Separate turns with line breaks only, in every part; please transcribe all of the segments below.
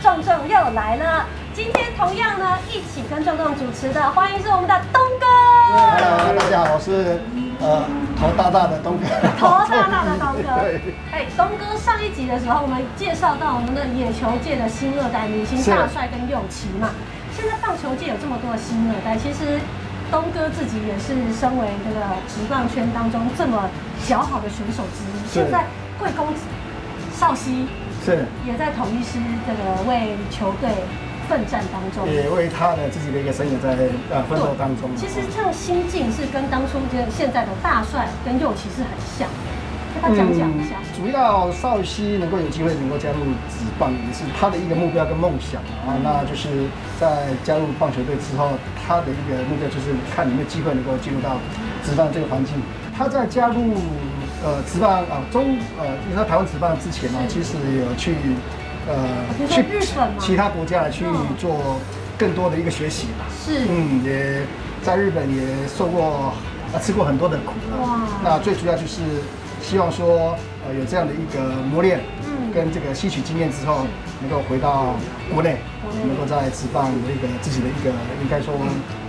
重重又来了。今天同样呢，一起跟重重主持的，欢迎是我们的东哥。
Hello，大家好，我是呃头大大的东哥。
头大大的东哥
对，
哎，东哥上一集的时候，我们介绍到我们的野球界的新二代明星
是
大帅跟右奇嘛。现在棒球界有这么多的新二代，其实东哥自己也是身为这个职棒圈当中这么较好的选手之一。
是
现在贵公子少熙
是
也在统一师这个为球队奋战当中。
也为他的自己的一个生涯在呃奋斗当中。
其实这样心境是跟当初这现在的大帅跟右奇是很像的，跟他讲讲一下。
嗯主要少熙能够有机会能够加入职棒，也是他的一个目标跟梦想
嗯
啊。那就是在加入棒球队之后，他的一个目标啊就是看有没有机会能够进入到职棒这个环境。他在加入呃职棒啊中呃，你说台湾职棒之前呢、
是
啊其实有去呃
嗯哦比如说
去
日本嘛
其他国家去
嗯
做更多的一个学习吧。
是，
嗯，也在日本也受过呃吃过很多的苦
哇
啊。那最主要就是希望说，呃，有这样的一个磨练，
嗯
跟这个吸取经验之后，能够回到国内
国内，
能够在职棒有一个自己的一个应该说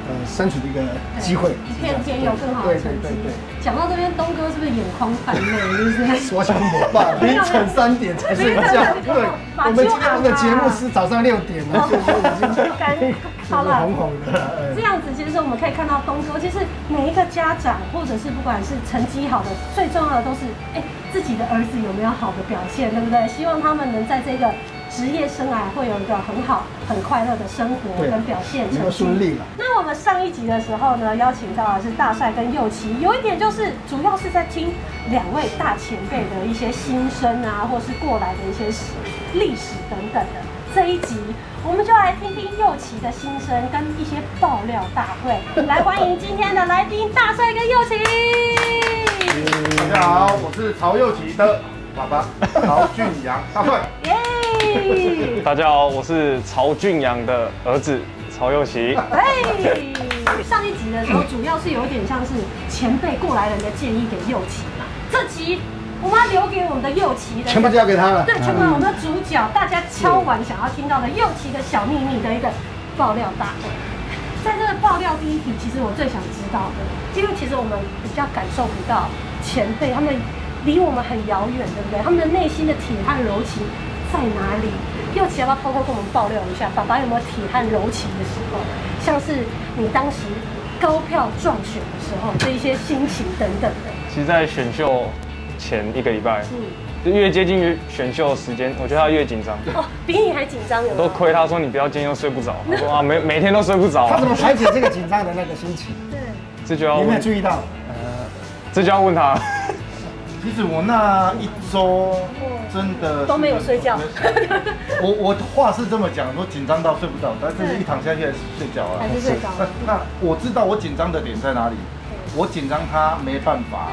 呃身处的一个
对
机会，
一片天有更好
对
的
对
成绩
对对。。
讲到这边，东哥是不是眼眶泛 泪？就是
我想我爸
没有
凌晨三点才睡
凌晨
觉
三，点
对，
马
我
就
们今天的
啊
节目是早上六点了，所以我已经
感哦好
脸
了
红红的了。哎
这样子，其实我们可以看到东哥，其实每一个家长，或者是不管是成绩好的，最重要的都是哎、自己的儿子有没有好的表现，对不对？希望他们能在这个职业生涯会有一个很好、很快乐的生活
对
跟表现，
能够顺利了。
那我们上一集的时候呢，邀请到的是大帅跟右奇，有一点就是主要是在听两位大前辈的一些心声啊，或是过来的一些史历史等等的。这一集我们就来听听右奇的心声跟一些爆料大会，来欢迎今天的来宾大帅跟右奇。
大家好，我是曹佑琪的爸爸 曹俊阳啊大帅。
耶！
大家好，我是曹俊阳的儿子曹佑琪。
哎，上一集的时候主要是有点像是前辈过来人的建议给右奇嘛，这集我们要留给我们的右奇的，
全部交给他了。
对，全部我们的主角大家敲完想要听到的右奇的小秘密的一个爆料大会。在这个爆料第一题，其实我最想知道的，因为其实我们比较感受不到前辈他们离我们很遥远，对不对？他们的内心的铁汉柔情在哪里？右奇要不要偷偷跟我们爆料一下，爸爸有没有铁汉柔情的时候？像是你当时高票撞选的时候，这一些心情等等的。
其实，在选秀前一个礼拜，
嗯，
就越接近于选秀时间，我觉得他越紧张。
哦，比你还紧张有
我
没
都
有？
亏他说你不要今天又睡不着，我说啊每每天都睡不着、
他怎
啊，
么排解这个紧张的那个心 情？
对，
这就要
你有没有
问
注意到？
这就要问他。
其实我那一周真的
都没有睡 觉。
我我话是这么讲，说紧张到睡不着，但是一躺下去还是睡着了。
还是睡着了
那那我知道我紧张的点在哪里，我紧张他没办法，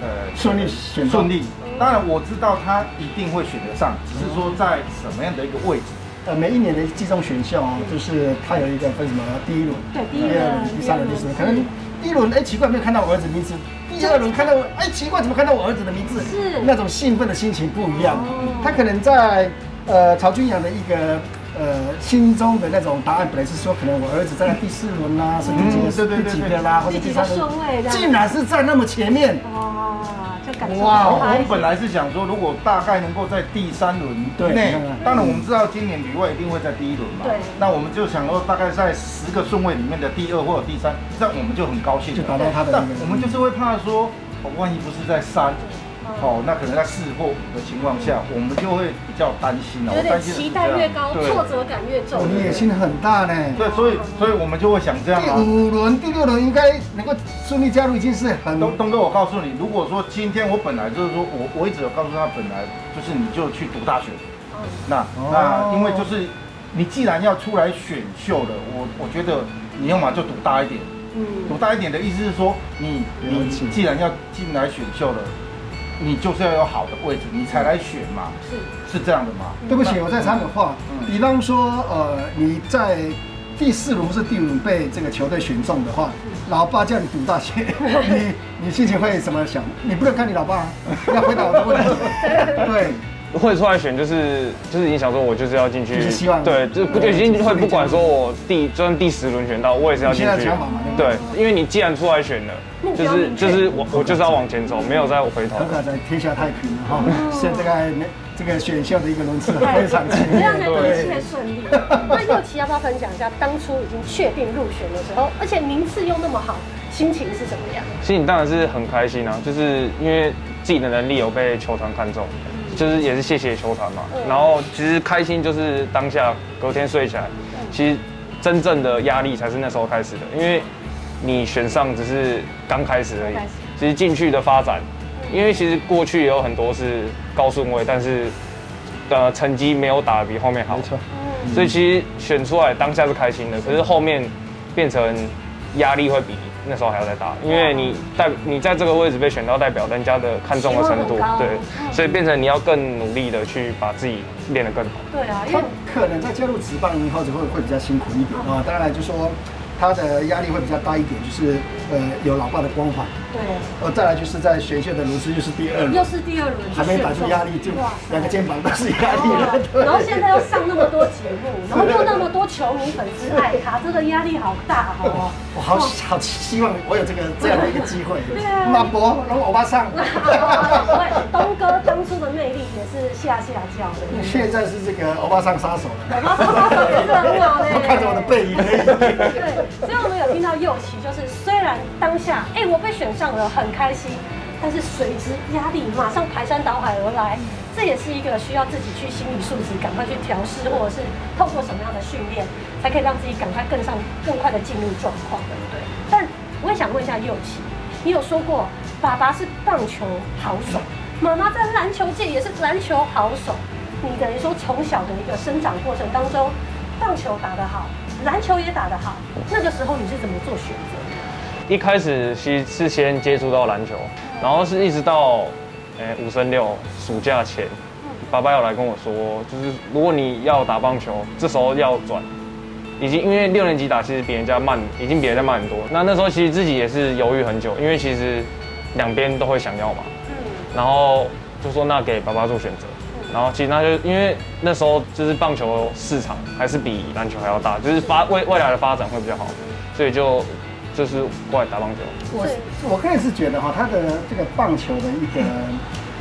呃，
顺利选到
顺利。当然我知道他一定会选得上，只是说在什么样的一个位置。
呃，每一年的季中选秀哦，就是它有一个分什么第一轮、
对第一
第
轮
二轮、第三轮、
第二
第
轮
四轮，可能第一轮哎奇怪没有看到我儿子名字，第二轮看到我哎奇怪怎么看到我儿子的名字，
是
那种兴奋的心情不一样
哦。
他可能在呃曹俊阳的一个。呃，心中的那种答案本来是说，可能我儿子在第四轮啦，是第几
嗯对
个、
对对
第几
对
个啦，或者
第
第
几个
三
顺位这
轮，
样
竟然是在那么前面，
哇，就感受
哇
到他
我本来是想说，如果大概能够在第三轮
对
内
当然，
当然我们知道今年旅外一定会在第一轮嘛，
对
那我们就想说大概在十个顺位里面的第二或者第三，这样我们就很高兴了，
就达到他的
但
那个
我们就是会怕说，哦万一不是在三。
嗯
哦，那可能在四或五的情况下，我们就会比较担心了。
有
我
点
担心
期
的是
待
这样
越高，
对
挫折感越重
我。们野心很大呢。
对，所以所以我们就会想这样
第
啊。
五轮、第六轮应该能够顺利加入，已经是很
东东哥，我告诉你，如果说今天我本来就是说我我一直有告诉他，本来就是你就去读大学，那
哦
那因为就是你既然要出来选秀了，我我觉得你要么就读大一点，
嗯，
读大一点的意思是说你
了
你
解
既然要进来选秀了，你就是要有好的位置，你才来选嘛，
是
是这样的吗？
对不起，我再插个话，
嗯
比方说，呃，你在第四轮或是第五轮被这个球队选中的话，
嗯
老爸叫你读大 学， 你你心情会怎么想？你不能看你老爸啊，要回答我的问题。对，
会出来选，就是就是已经想说，我就是要进去，
就是希望
对，就是不就已经会不管说我第就算第十轮选到，我也是要进
你现
去
在想法嘛。对
对，因为你既然出来选了，
目
就
标
是
明确
就是我我就是要往前走，没有再回头
可。可在天下太平了哈，
哦
现在大概这个选秀的一个轮次非常前
这样
面，
才一切顺利。那佑琪要不要分享一下当初已经确定入选的时候，而且名次又那么好，心情是什么样？
心里当然是很开心啊，就是因为自己的能力有被球团看中，就是也是谢谢球团嘛。
嗯
然后其实开心就是当下，隔天睡起来，
嗯
其实真正的压力才是那时候开始的，因为你选上只是刚开始而已
刚开始。嗯
其实进去的发展，因为其实过去也有很多是高顺位，但是呃成绩没有打得比后面好。
没错。
所以其实选出来当下是开心的，可是后面变成压力会比那时候还要再大，因
啊
为你代你在这个位置被选到，代表人家的看重的程度
期望很高，
对
嗯，
所以变成你要更努力的去把自己练得更好。
对啊，因
他
为
可能在加入职棒以后就会会比较辛苦一点啊，当然就说他的压力会比较大一点，就是呃有老爸的光环，
对，
呃再来就是在选秀的轮次就是第二
又
轮，
是第二轮
还没打出压力就两个肩膀都是压力了，对
哦然后现在又上那么多节目，然后又那么多球迷粉丝爱他，这个压力好大哦。
我好好希望我有这个这样的一个机会
对啊，
马博，然后欧巴 上。
对，东哥当初的魅力也是下下叫的。
现在是这个欧巴桑杀手了，
我很 好嘞，
我看着我的背影而 已。
对，所以我们有听到右旗，就是虽然当下，哎、我被选上了，很开心，但是随之压力马上排山倒海而来，这也是一个需要自己去心理素质赶快去调试，或者是透过什么样的训练，才可以让自己赶快更上更快的进入状况，对不对？但我也想问一下右旗，你有说过爸爸是棒球好手，妈妈在篮球界也是篮球好手。你等于说从小的一个生长过程当中，棒球打得好，篮球也打得好，那个时候你是怎么做选择？
一开始其实是先接触到篮球，然后是一直到，诶五升六暑假前，爸爸有来跟我说，就是如果你要打棒球，这时候要转，已经因为六年级打其实比人家慢，已经比人家慢很多。那那时候其实自己也是犹豫很久，因为其实两边都会想要嘛，
嗯
然后就说那给爸爸做选择。然后其实那就因为那时候就是棒球市场还是比篮球还要大，就是发未未来的发展会比较好，所以就就是过来打棒球。
我我个人是觉得哈，他的这个棒球的一 个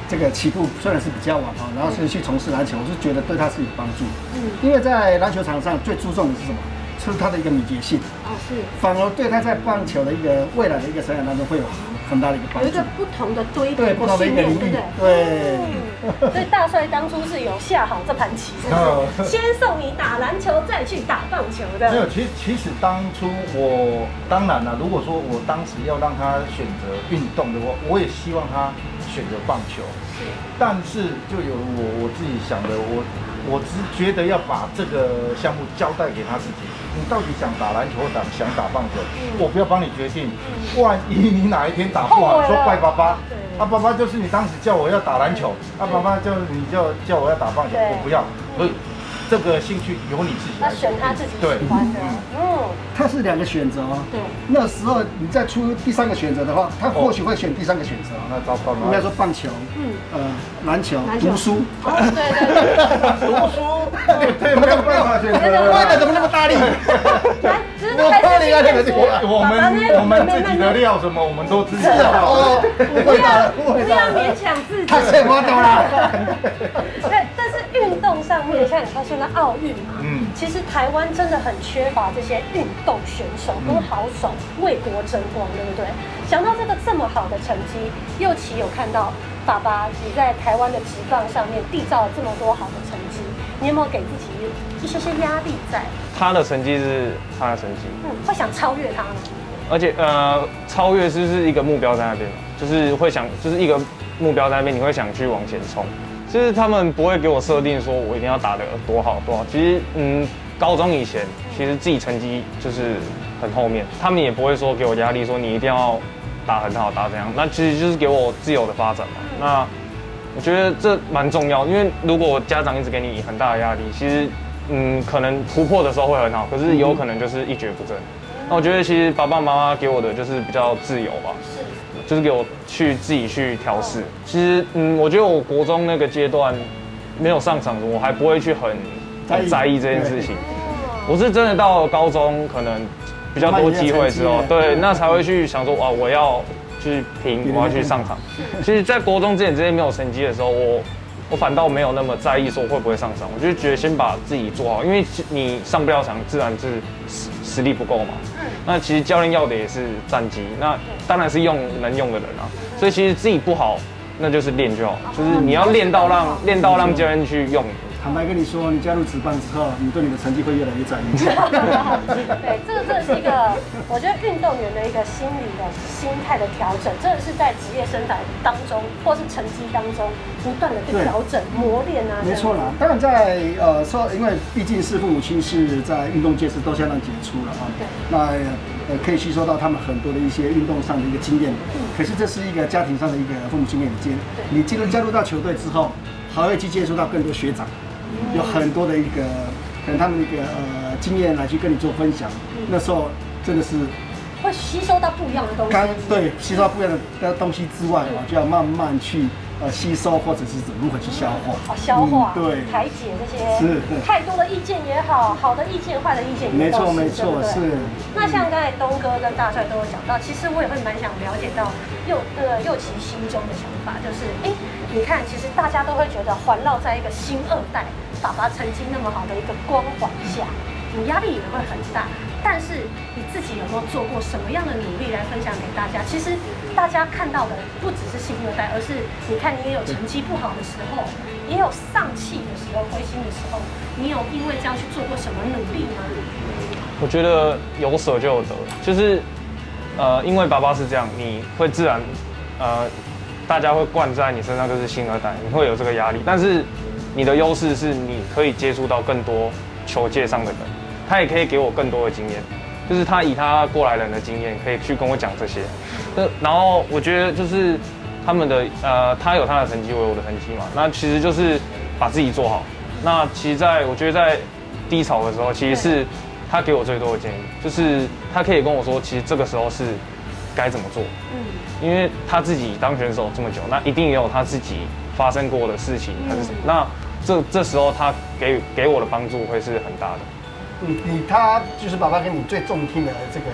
这个起步虽然是比较晚哈，然后是去从事篮球，我是觉得对他是有帮助。嗯，因为在篮球场上最注重的是什么？是他的一个敏捷性，
哦，是
反而对他在棒球的一个未来的一个生涯当中会有很大的一个帮
有
助
一。个不同的堆
对
叠
不同的一
训
个
练，
领
对不
域
对？，
对。
嗯，所以大帅当初是有下好这盘棋，是不
哦
是？先送你打篮球，再去打棒球
没有，
的。
其实其实当初我当然了，如果说我当时要让他选择运动的话，我也希望他选择棒球。但是就有我我自己想的，我我只觉得要把这个项目交代给他自己。你到底想打篮球，打想打棒
嗯
球，我不要帮你决定。万一你哪一天打不
后悔
好，
了
说怪爸爸
对。
啊，爸爸就是你当时叫我要打篮球，啊，爸爸叫你叫叫我要打棒球，
对
我不要。所以这个兴趣由你自己来
他选他自己
对
喜欢的
嗯，
嗯，
他是两个选择哦。
对。
那时候你再出第三个选择的话，他或许会选第三个选择。啊
那糟糕了。
应该说棒球，
嗯
嗯，呃，篮球
篮，球
读 书。
哦，对对对。
读书， 对，没有办法选择
外面
了。
哎怎么那么大 力？
来，只是还是先念书
我我
爸爸
们
呢
我们自己的料什么，我们都知道。
哦，误
不
会他
要
了，误会
不
他
要
了。
勉强自己。
太碎花刀了。
对，但是运动上面，像你看现在奥运嘛，
嗯
其实台湾真的很缺乏这些运动选手跟好手为国争光，对不对？想到这个这么好的成绩，右奇有看到爸爸你在台湾的职棒上面缔造了这么多好的成绩，你有没有给自己一些些压力在？
他的成绩是他的成绩，
嗯，会想超越他吗？
而且呃，超越是是一个目标在那边嘛，就是会想，就是一个目标在那边，你会想去往前冲。就是他们不会给我设定说我一定要打得多好多好，其实嗯，高中以前其实自己成绩就是很后面，他们也不会说给我压力说你一定要打很好打怎样，那其实就是给我自由的发展嘛。那我觉得这蛮重要，因为如果家长一直给你很大的压力，其实，嗯，可能突破的时候会很好，可是有可能就是一蹶不振。那我觉得其实爸爸妈妈给我的就是比较自由吧，
是，
就是给我去自己去调试。其实，嗯，我觉得我国中那个阶段，没有上场，我还不会去很
在
很
意
在意这件事情。
哦，
我是真的到高中可能比较多机会之后，
慢慢也有成绩了
对，那才会去想说哇，我要去拼，我要去上场。其实，在国中之前这些没有成绩的时候，我我反倒没有那么在意说会不会上场，我就觉得先把自己做好，因为你上不了场，自然是实实力不够嘛。那其实教练要的也是战绩，那当然是用能用的人啊。所以其实自己不好，那就是练就好，就是你要练到让练到让教练去用你。
坦白跟你说，你加入职棒之后，你对你的成绩会越来越在意。
对，这个真的是一个，我觉得运动员的一个心理的心态的调整，真的是在职业生涯当中或是成绩当中不断的去
对
调整磨练啊。
没
这
错
样
啦，当然在呃说，因为毕竟是父母亲是在运动界是都相当杰出了啊
对，
那呃可以吸收到他们很多的一些运动上的一个经验。可是这是一个家庭上的一个父母亲眼睛，
对
你进入加入到球队之后，还会去接触到更多学长，有很多的一个可能他们的一个呃经验来去跟你做分享。那时候真的是
会吸收到不一样的东西。
刚对吸收到不一样的东西之外啊，就要慢慢去呃吸收或者是如何去消化。
好哦消化、
嗯对
排解这些，
是对
太多的意见也好，好的意见、坏的意见也
没
都是
错，没
对不
错，
对
是。
那像刚才东哥跟大帅都有讲到，其实我也会蛮想了解到右那个右奇心中的想法，就是哎、诶你看，其实大家都会觉得环绕在一个新二代爸爸曾经那么好的一个光环下，你压力也会很大。但是你自己有没有做过什么样的努力来分享给大家？其实大家看到的不只是新二代，而是你看你也有成绩不好的时候，也有丧气的时候、灰心的时候，你有因为这样去做过什么努力吗？
我觉得有舍就有得，就是呃，因为爸爸是这样，你会自然呃，大家会灌在你身上就是新二代，你会有这个压力。但是你的优势是你可以接触到更多球界上的人，他也可以给我更多的经验，就是他以他过来人的经验可以去跟我讲这些。那然后我觉得就是他们的呃，他有他的成绩，我有我的成绩嘛，那其实就是把自己做好。那其实在我觉得在低潮的时候，其实是他给我最多的建议，就是他可以跟我说，其实这个时候是该怎么做，
嗯。
因为他自己当选手这么久，那一定也有他自己发生过的事情，还是什么。那这这时候他给给我的帮助会是很大的。
嗯，你他就是爸爸给你最中听的这个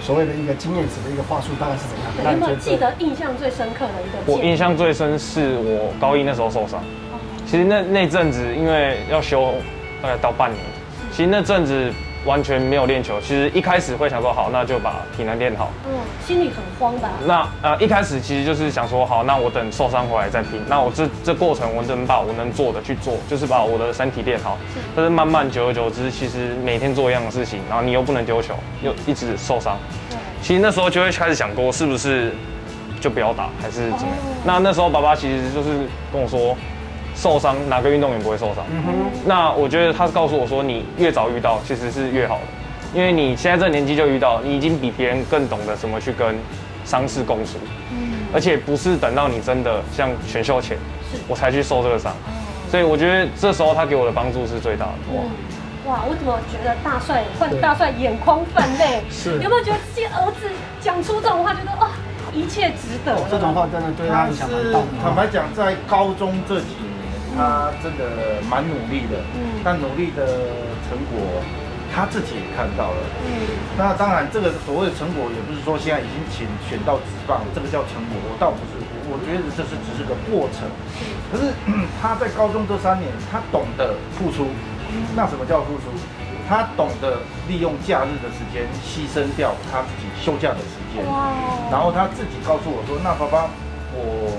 所谓的一个经验值的一个话术，大概是怎样？
对
那
有
你
没
觉
有
得
记得印象最深刻的一个？
我印，象最深是我高一那时候受伤，
哦
其实那那阵子因为要休大概到半年，其实那阵子完全没有练球。其实一开始会想说好，那就把体能练好。
嗯，心里很慌吧？
嗯
那呃一开始其实就是想说好，那我等受伤回来再拼。那我这这过程我能把我能做的去做，就是把我的身体练好。但是慢慢久而久之，其实每天做一样的事情，然后你又不能丢球，又一直受伤。其实那时候就会开始想过，是不是就不要打，还是怎么样
哦？
那那时候爸爸其实就是跟我说，受伤哪个运动员不会受伤？
嗯
那我觉得他是告诉我说，你越早遇到其实是越好的，因为你现在这个年纪就遇到，你已经比别人更懂得怎么去跟伤势共处，
嗯
而且不是等到你真的像选秀前，我才去受这个伤。
哦
所以我觉得这时候他给我的帮助是最大的。哇
嗯，哇，我怎么觉得大帅换大帅眼眶泛 泪？
是
有没有觉得自己儿子讲出这种话，觉得啊，一切值得
哦
了？
这种话真的对他
他
影
是
响蛮大的。
坦白讲，在高中这几年，他真的蛮努力的，
嗯
但努力的成果他自己也看到了。
嗯，
那当然，这个所谓的成果，也不是说现在已经请选到职棒，这个叫成果，我倒不是，我我觉得这是只是个过程。可是 他在高中这三年，他懂得付出，那什么叫付出？他懂得利用假日的时间，牺牲掉他自己休假的时间。
哇，
然后他自己告诉我说：“那爸爸，我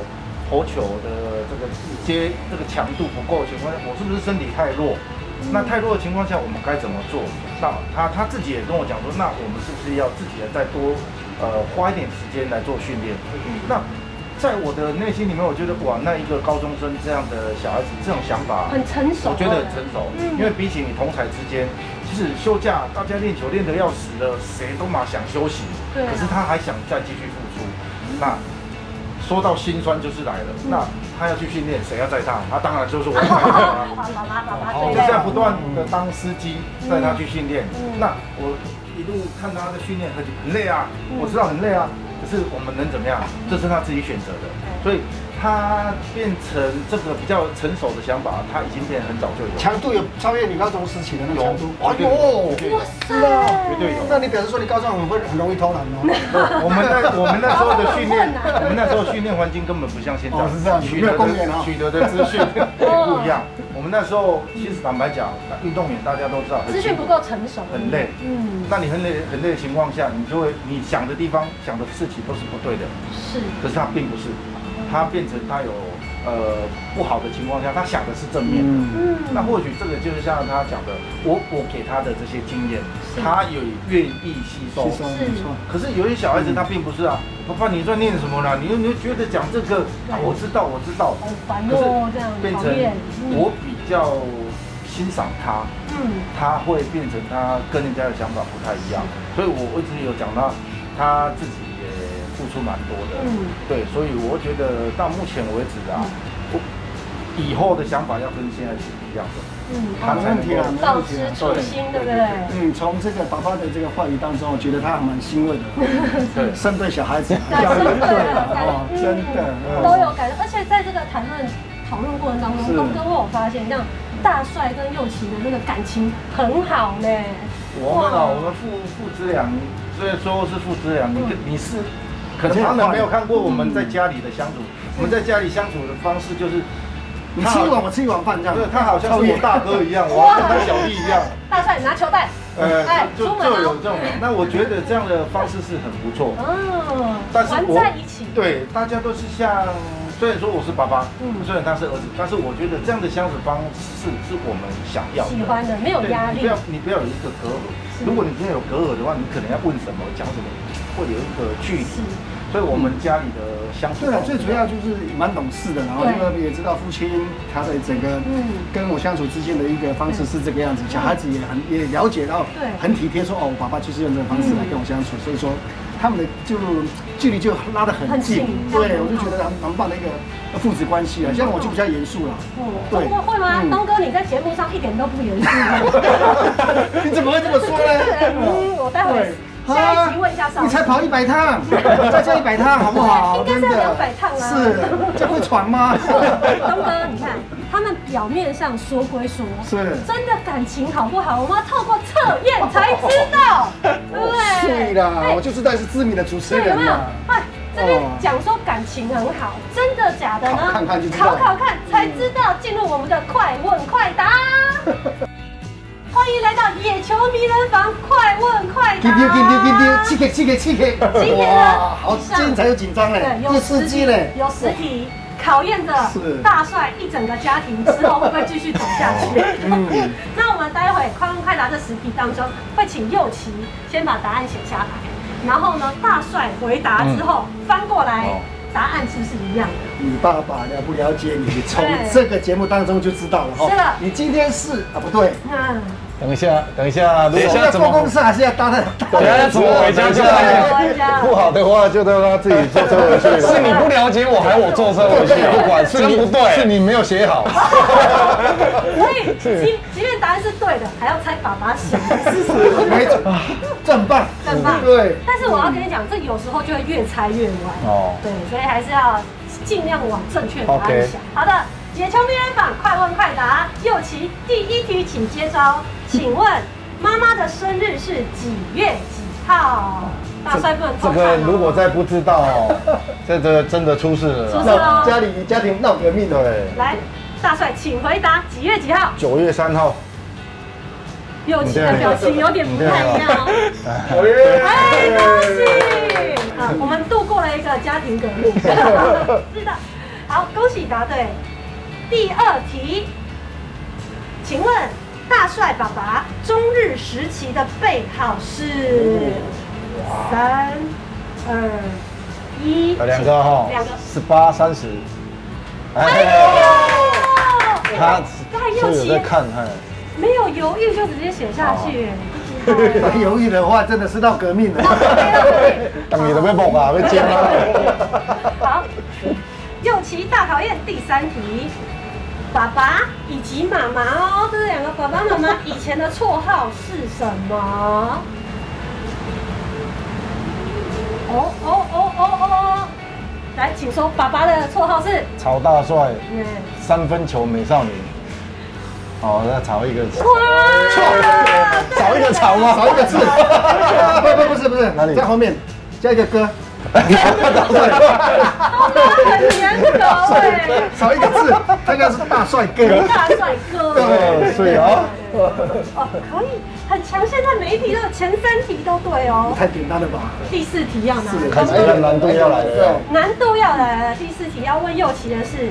投球的这个接这个强度不够的情况下，我是不是身体太弱？那太弱的情况下，我们该怎么做？”那他他自己也跟我讲说：“那我们是不是要自己再多呃花一点时间来做训练？”那在我的内心里面，我觉得哇，那一个高中生这样的小孩子，这种想法
很成熟，
我觉得很成熟，
嗯
因为比起你同才之间，其实休假大家练球练得要死了，谁都嘛想休息，
对啊嗯
可是他还想再继续付出。那说到心酸就是来了，那他要去训练，谁要载他？他当然就是我载
哦
他啊
爸。爸妈妈爸爸
我
对不
就是
对
要哦不断的当司机载他去训练
嗯。
那我一路看他的训练很很累啊
嗯，
我知道很累啊，可是我们能怎么样？这是他自己选择的，
嗯
所以他变成这个比较成熟的想法，他已经变得很早就有哦了。
强度有超越你高中时期的那个
有
强度。
绝对有绝对
哇
有
塞，
绝对
哎
有。
那你表示说你高中很会很容易偷懒哦？
我们 那我们那时候的训练
好混啊，
我们那时候训练环境根本不像现在，
哦是这样子
取
没
得
有公园啊
的取得的资 讯不一样。
哦
我们那时候其实坦白讲，运动员大家都知道，很
资
辛
讯不
苦
够成熟，
很累。
嗯，
那你很累很累的情况下，你就会你想的地方想的事情都是不对的，
是
可是他并不是，他变成他有呃不好的情况下，他想的是正面的。
嗯，
嗯，
那或许这个就是像他讲的，我我给他的这些经验
是，
他也愿意吸收
吸。收没错。
可是有些
嗯
小孩子他并不是啊，爸爸你在念什么啦？你又你又觉得讲这个，啊我知道我知道，
好烦
可
哦，这
是
样
变
讨
成
厌，嗯
我比较欣赏他，
嗯，
他会变成他跟人家的想法不太一样，所以我一直有讲到他自己也付出蛮多的，
嗯
对，所以我觉得到目前为止啊，
嗯
我以后的想法要跟现在是一样的，
嗯，
他
没
才
问
能
题啊
够
没
保
问题
持
啊。
初心，对不对？
嗯，从这个爸爸的这个话语当中，我觉得他还蛮欣慰的，
嗯
对。
生对小孩子
对
教育
真的
对了 哦，
嗯
真的。嗯
都有感觉，而且在这个谈论讨论过程当中，
是
东哥我有发现，像大帅跟右奇的那个感情很好呢。
我们啊，
哇
我们父父子俩，虽然说是父子俩，你
嗯
你是，可能他们没有看过我们在家里的相处，我们在家里相处的方式就是，
你吃一碗，我吃一碗饭这样。
对他好像是我大哥一样，我
哇
好像他小弟一样，
大帅拿球袋，哎
呃，，就
出门
就有
哦，
这种，那我觉得这样的方式是很不错，
嗯，
但是
玩
我
在一起，
对，大家都是像，虽然说我是爸爸，
嗯
虽然他是儿子，但是我觉得这样的相处方式是我们想要的，
喜欢的，没有
对
压力
你不，要你不要有一个隔阂。如果你今天有隔阂的话，你可能要问什么讲什么，会有一个距离。
是
所以我们家里的相处
对了，
方式，
最主要就是蛮懂事的，然后
对
因为也知道父亲他的整个
嗯
跟我相处之间的一个方式是这个样子，小孩子也很也了解到
对，嗯
很体贴，说哦，我爸爸就是用这个方式来跟我相处，所以说他们的就距离就拉得
很
很
近
近，
这样很
对
好
我就觉得蛮蛮棒的一个父子关系啊。像我就比较严肃了，
哦，
对
东哥会吗？
嗯
东哥你在节目上一点都不严 肃，
你怎么会这么说
啊
呢？
嗯我待会
对
下一集问一下少爷
啊你才跑一百趟， 再加一百趟好不好？
应该
真
是
的
要200趟啊
是，这样会喘吗？
东哥，你看他们表面上说归说，
是
真的感情好不好，我们要透过测验才知 道，对不对？
是啦，
哎
我就知道是知名的主持
对，有
人啊
没有
嘛。？
哎，这边讲说感情很好，真的假的呢？
考看看就知道
考考看才知道，进入我们的快问快 答。欢迎来到野球迷人房，快问快答。
丢丢丢丢丢
啊
丢，刺激刺激刺激！
激了
哇，好
以上
精彩又紧张嘞
对，，
又
有欸
刺
实
激
体
嘞，，
有实体，考验着
是
大帅一整个家庭之后会不会继续走下去？
嗯
那我们待会快问快答这十题当中，会请右奇先把答案写下来，然后呢，大帅回答之后、
嗯
翻过来
哦，
答案是不是一样的？
你爸爸了不了解你？从
对
这个节目当中就知道了哈。
是的
你今天是啊不对，
嗯，
等一下，等一下，如
等一
果
下
要
怎么
坐公司还是要搭的？
等一下怎么回家就
对
看
我回家
不好的话，就让他自己坐车回去。
是你不了解我，还我坐车回去，
不管是
真
你
不对，
是你没有写 好。
所以即即便答案是对的，还要猜爸爸想的是什么。
没错，这很棒，
很棒
对，
但是我要跟你讲，这有时候就会越猜越歪。
哦
对，所以还是要尽量往正确答案
OK
想。好的，野球名人榜，快问快答。右奇第一题，请接招。请问妈妈的生日是几月几号？大帅不能偷
这
看、
个
哦。
如果再不知道 哦，这个真的出事了
出
啦。
事了
闹家里家庭闹革命了，哎
对，
哦来，大帅，请回答几月几号？
九月三号。
右奇的表情有点不太一样哦。哎，恭喜！啊，我们度过了一个家庭革命。 是的，好，恭喜答对。第二题，请问大帅爸爸中日时期的背号是三二一，
有呃两个哈，
两个。
十八三十。
哎呦，
他
看
所
右
以有在
奇
看，哎，
没有犹豫就直接写下去。
再犹豫的话真的是闹革命了。
等你都被崩啊，被煎
哦好，
啊。
右奇大考验第三题，爸爸以及妈妈哦，这两个爸爸妈妈以前的绰号是什么？哦哦哦请说爸爸的绰号是？
曹大帅，
嗯，
三分球美少女。哦，那曹一个字，
哇，
少一个曹吗？少一个字，
不不不是不是
哪，里
在后面加一个哥，
很严格哎，
少一个字，他应该是大帅哥。
大帅哥。
对，所以啊，
哎哦，可以，很强，现在每一题都有前三题都对哦，
太简单了吧？
第四题要拿，
看起来难度要来了。
难度要来了。第四题要问右奇的是，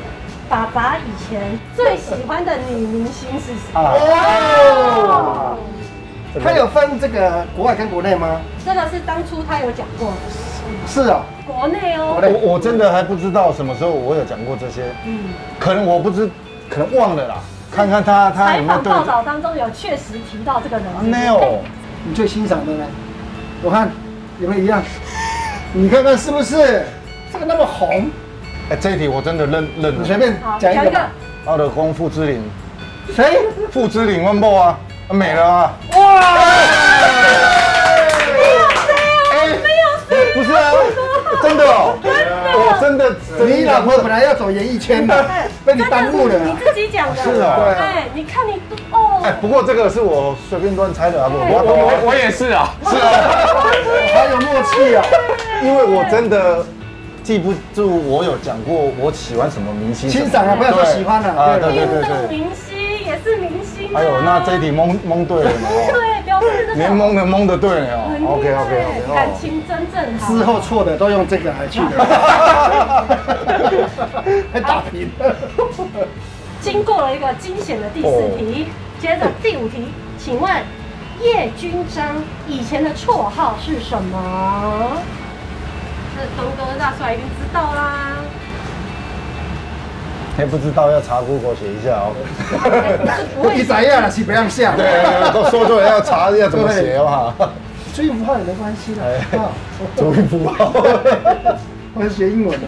爸爸以前最喜欢的女明星是谁？
啊，
哦，他有分这个国外跟国内吗？
这个是当初他有讲过的，
是啊，
国内哦，
我我真的还不知道什么时候我有讲过这些，
嗯，
可能我不知，可能忘了啦。看看他他
采
有没有
访
对
报道当中有确实提到这个人，
没有，
你最欣赏的呢？我看有没有一样？你看看是不是？这个那么红，
哎，这一题我真的认认
你随
了。
便
哎好，
讲
讲
一
一
个
个
吧。，
奥德宫付之灵，
谁？
付之灵温布啊，美了啊。
没有谁哦，没有谁。
不是啊，真的哦，我真的，
你老婆本来要走演艺圈的， 被你耽误了
你
啊。
自己讲的。
是哦
对啊
哎，你看你哦，
哎，不过这个是我随便乱猜的啊，我
我
我
我我也是啊，
是啊，
好有默契啊！
因为我真的记不住我有讲过我喜欢什么明星，
欣赏啊，不要说喜欢
啊
了。
对
对
对
运动明星也是明星、啊。
哎呦，那这一题蒙蒙对了嘛，哦
对，表示这个
连蒙的蒙的对了
很厉害
哦，OK OK OK，
感情真正好。
之后错的都用这个来去 的，还打平。
经过了一个惊险的第四
哦
题，接着第五题，请问叶君章以前的绰号是什么？这东哥大帅一定知道啦。
也不知道要查 Google 写一下哦，
哎不 会
你怎样了？是不让下。
对，都说错了要查要怎么写嘛，
追不怕也没关系啦。
哎
啊，
注意不好，
我是学英文的。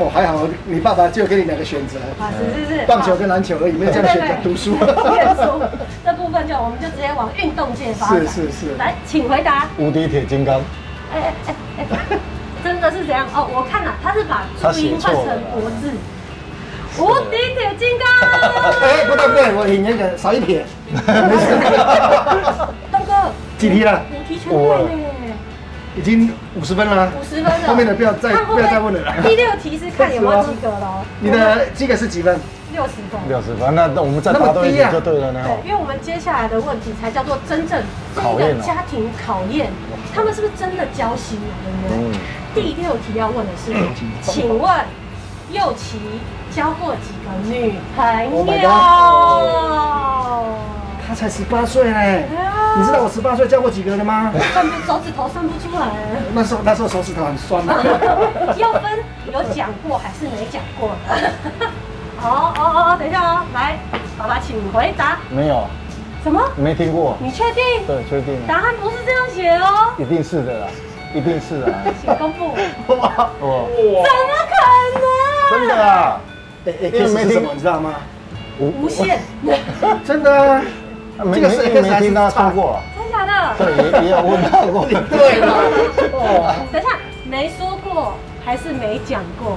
哦，还好，你爸爸就给你两个选择，
啊，是是是，啊
棒球跟篮球而已，没有这样选择读书。
念 书这部分就我们就直接往运动界发展。
是是是
来，请回答。
无敌铁金刚，
哎哎哎哎，真的是这样哦！我看了、他是把注音换成国字。无敌铁金刚，
哎，不对不对，我引那个少 一撇，没事。
东哥，
几题啊哦了？
五题全对呢，
已经五十分了。
五十分了。
后面的不要再
看后
不
面
要再问了啦。哦
第六题是看有没有及格喽。
你的这个是几分？
六十分。
六十分，那我们再答对一题就对
哦
了呢，
对，因为我们接下来的问题才叫做真正
考
真
验
的
哦
家庭考验，他们是不是真的交心啊？对不对？
嗯
第六题要问的是，请问右奇交过几个女朋
Oh my
友？
他才十八岁嘞
哎呀，
你知道我十八岁交过几个的 吗？
算不手指头算不出来，
那时候那时候手指头很酸啊的。
要分有讲过还是没讲过 的？哦哦哦，等一下哦，来，爸爸请回答。
没有，
什么？
没听过，
你确定？
对，确定，
答案不是这样写哦，
一定是的啦，一定是的啦，
请公布。
哦，
怎么可能？
真的啊，
哎哎，
因为没
是什
听
么你知道吗？
无限，
真的啊，
没
这个是
没
X 还
没
是
听他
X 啊
唱过啊，
真假的？
对，也也有问到过，
对啦。 哦，
等一下，没说过还是没讲过？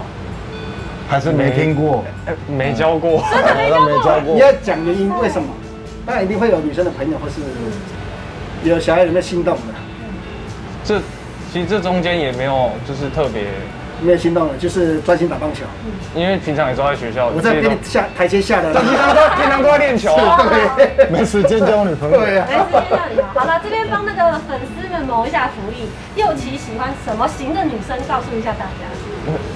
还是没听过，
哎没教过，
真的没
我都没
教
教
过。
过
你要讲原因，为什么？当然一定会有女生的朋友，或是有小孩有没有心动的？
这其实这中间也没有就是特别，
没有心动的，就是专心打棒球。
嗯
因为平常也都在学校，
我在给你下台阶下来了。
平常都平常都在练球啊。
对
没时间交女朋友，
对呀
没
啊
时间让你聊。好了，这边帮那个粉丝们谋一下福利。右奇喜欢什么型的女生？告诉一下大 家。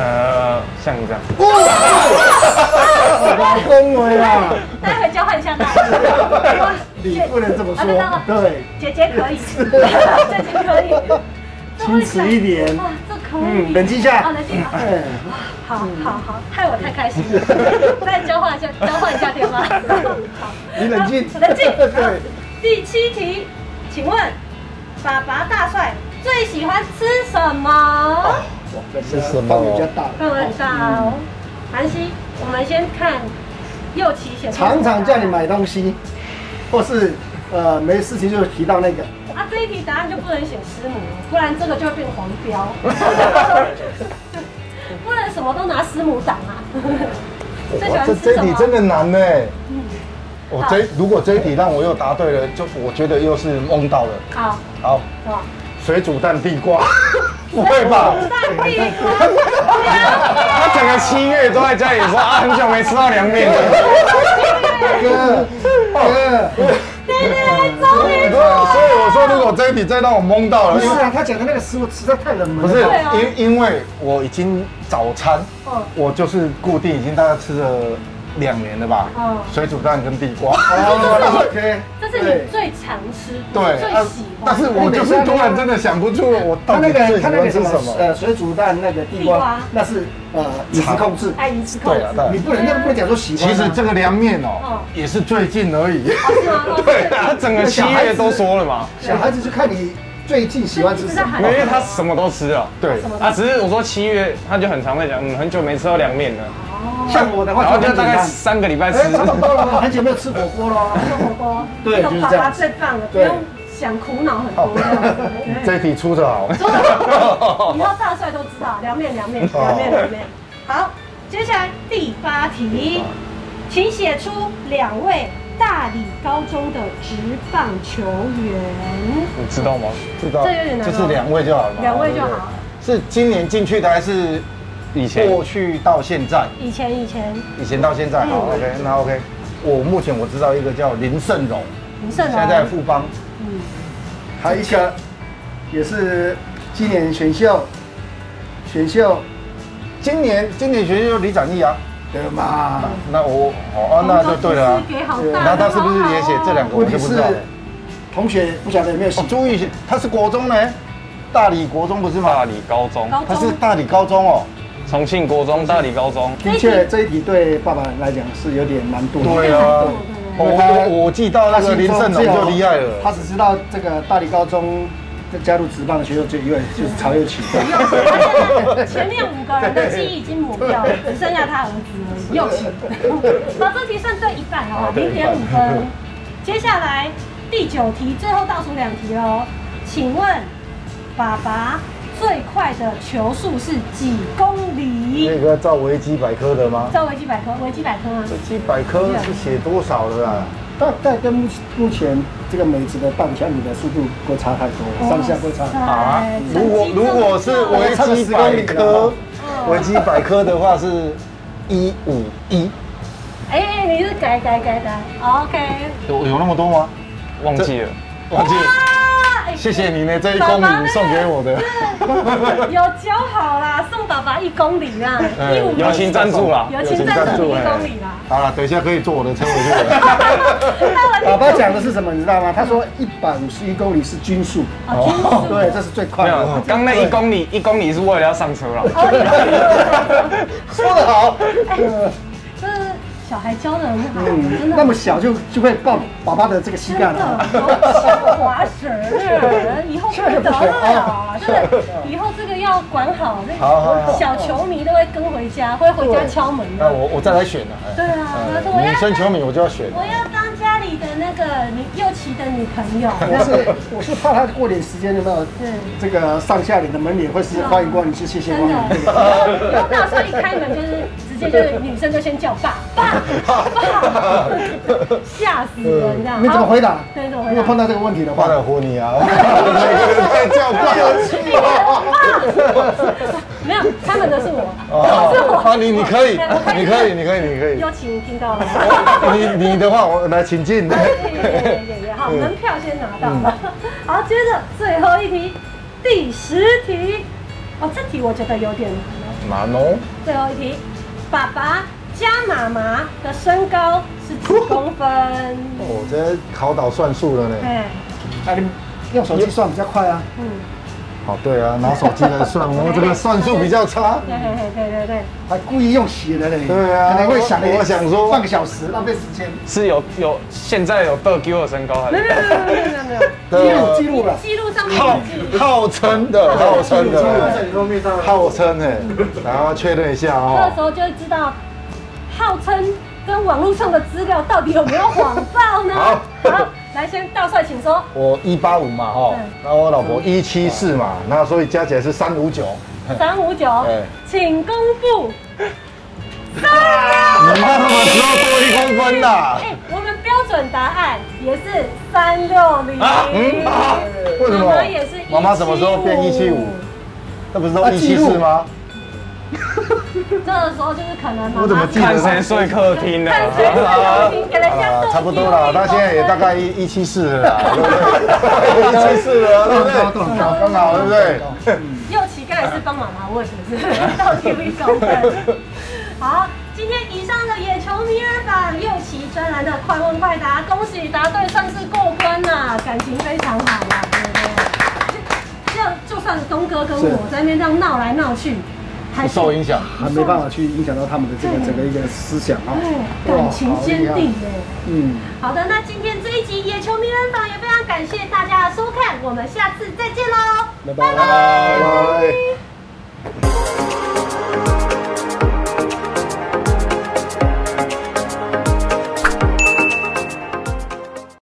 呃，像你这样，
哦啊
老公我呀，
待会交换一下大家。
啊 你不能这么
啊
说
真的哦。
对，
姐姐可 以，姐姐可以。
矜持一点
哇，这可以。
嗯，冷静一下
好，。哦冷静。嗯好
哎嗯
好好好，害我太开心 了。再交换一下，交换一下电话。好，
你冷静
好 冷静。好
对
第七题，请问爸爸大帅最喜欢吃什么？
是什么
范围比较大。
范围很大哦。韩熙，我们先看右奇写的。
常常叫你买东西，或是呃没事情就提到那个，
啊，这一一题答案就不能写师母，不然这个就会变黄 标。 不能什么都拿师母挡啊。 最喜
哇
欢
这
吃
这
什
一题
么？嗯
真的难呢。我
好
这如果这一题让我又答对了，就我觉得又是梦到了。
啊好，
好，
是吧？
水煮蛋 地瓜，不会吧？
蛋地 瓜，
他整个七月都在家里说啊，很久没吃到凉面了。
哥哥，
对对，终于
啊所以我说，如果这一题再让我蒙到
不
了，
是
因为
啊，他讲的那个食物实在太冷门了。
不是
对啊
因因为我已经早餐
嗯，
我就是固定已经大概吃了两年了吧
嗯，
水煮蛋跟地瓜。
哦，OK，
这是你最常吃、
对，
最
啊
喜欢。
但是我就是突然真的想不出我
他
到
那
底
个
最喜
他那个
欢
什
吃
么
什么。
呃水煮蛋那个地
地瓜哎
瓜，那是呃饮食控制，
爱你吃控
对
制
啊，，对
你
啊。
不能那不能讲说喜欢
其
啊。
实这个凉面
嗯
哦，也是最近 而已。
是吗？哦
对啊
他整个七月都说了嘛，
小孩子就看你最近喜欢吃什么
因。为他什么都吃了。
对
哦什，么
啊，只是我说七月，他就很常会讲，嗯，很久没吃到凉面了，
像我的话
然后
就
就
很
大
简
概
单，
三个礼拜吃。
哎，差不多了，很久没有吃火锅了。
吃火锅，
对
这
就
个
是
爸
这
爸
样
最棒了，不
对
用想苦恼很多。对
这一题出的好。
以后大帅都知道，凉面凉面凉面凉面。好，接下来第八题，请写出两位大理高中的职棒球员。
你知道吗？
知道
这有点难哦
就是两位就好了嘛。
两位就好
对不对。是今年进去的还是
以前
过去到现在？
以前以前
以前到现在，好
嗯
，OK，那 OK。我目前我知道一个叫林胜荣，
林胜
现在在
荣，
富邦，
嗯，
还有一个也是今年选秀，选秀
今年今年学校李展毅啊，
的嘛，
那我哦，啊那就对了啊
公司。给好啊大
那他是不是也写这两个？我
问题
就不
是
知道了。
同学不晓得有没有喜
哦，朱玉贤，他是国中呢，大理国中不
大
是吗？
理高中，
高
他是
中？
大理高中哦。
重庆国中，大理高中。
的确，这一题对爸爸来讲是有点难度的。
对
啊
啊
对，
我我我记到那个林胜荣就厉害了。
他只知道这个大理高中加入职棒的学校只有一位，就是曹又 启。
前面五个人的记忆已经抹掉了，只剩下他儿子了，又起。好，这题算对一半哦，零点五分。接下来第九题，最后倒数两题哦。请问爸爸最快的球速是几公
那
里？
个照维基百科的吗
知？道维基百科，维基百科吗？
维基百科是写多少的啊？
大概跟目目前这个美职的半千米的速度会差太
哦
多，上下会差。
啊
哎，
如果如果是维基百科，
嗯
维基百科的话是一五一，
哎、你是改改改改，OK。
有有那么多吗？
忘记了，
忘记了，
啊哎
谢谢你呢，这一公里送给我的，
有教好啦，送爸爸一公里啦，一五
友情赞助啦
友情赞助一公里啦。
好了，等一下可以坐我的车回去
爸
了。
爸讲的是什么，你知道吗？他说一百五十一公里是均速，
啊，均速
哦
对，这是最
没
快
有
的。，
刚那一公里，一公里是为了要上 车了。
哦，
说得好，
这是小孩教的很好，真
嗯，
的。
那么小就就会抱爸爸的这个膝
真
盖
的，
了。
像滑绳儿，以后不得了，真的，以后这个要管好，那
好好好
个小球迷都会跟回家，会回家敲门
那
的。
我我再来选了。
对啊，他说我
女生球
要
迷我就要选，啊
我要当家里的那个女右奇的女朋友。
我是我是怕他过点时间有没有
对
这个上下脸的门脸会是欢迎光临，是谢谢
真
光
的
临。，
然后大帅一开门就是直接就是女生就先叫爸爸爸，吓死人这样。
嗯你怎么回答？
对，你怎么
如
回
果碰
答？
到这个问题的
花
话，
了活你啊， 每个人在叫爸。
没有，他们的是我，是
哦，
我。
啊，你你可以
对我，
你可以，你可以，你可以哦
邀。请听到了。
你你的话，我来请进。
好，门票先拿到了。好，接着最后一题，第十题。哦，这题我觉得有点难哦。
马农，
最后一题，爸爸加妈妈的身高是几公分？
我这考倒算术了呢。
哎，
啊，你用手机算比较快啊。
嗯，
哦，对啊，拿手机来算，我这个算术比较 差。
对对对对对对，
还故意用写的嘞，
对啊
可能会想
我我想说
半个小时浪费时间，
是有有，现在有得 Q 的身高还
没有
是？
没有没有没有没有
记
啊
录记录了，
记录上面
号
有记，
号称的，号称的，
后面上
号称哎，然后确认一下
那时
哦。
候就会知道号称跟网络上的资料到底有没有谎报呢？
好
好，来，先大帅，请说。
我一八五嘛哈
嗯，
然后我老婆一七四嘛，那所以加起来是三五九。
三五九
哎，
请公布。
你那什么时候多一公分的？
哎，我们标准答案也是三六零。
啊嗯啊为什么
妈妈也是。
妈妈什么时候变175？那不是都一七四吗？
这个时候就是可能妈妈
我怎么记得
看谁睡客厅啊呢、
看谁在客厅给人家
啊
多
差不多啦，他现在也大概一一七四了啦，对 不对？一七四了，
啊
对不对？刚
啊
好，对不对？啊
又乞丐是帮妈妈问， 是不是？到底会高分？好，今天以上的野球迷人版右奇专栏的快问快答，恭喜答对，算是过关啦，感情非常好啦，对不对？这样就算东哥跟我在那边这样闹来闹去，还
不
是
受影响。
还没办法去影响到他们的这个
对
整个一个思想啊
对，，
哇
感情坚定，
好厉害
耶。
嗯。
好的，那今天这一集《野球名人坊》也非常感谢大家的收看，我们下次再见喽，
拜拜
拜拜
拜拜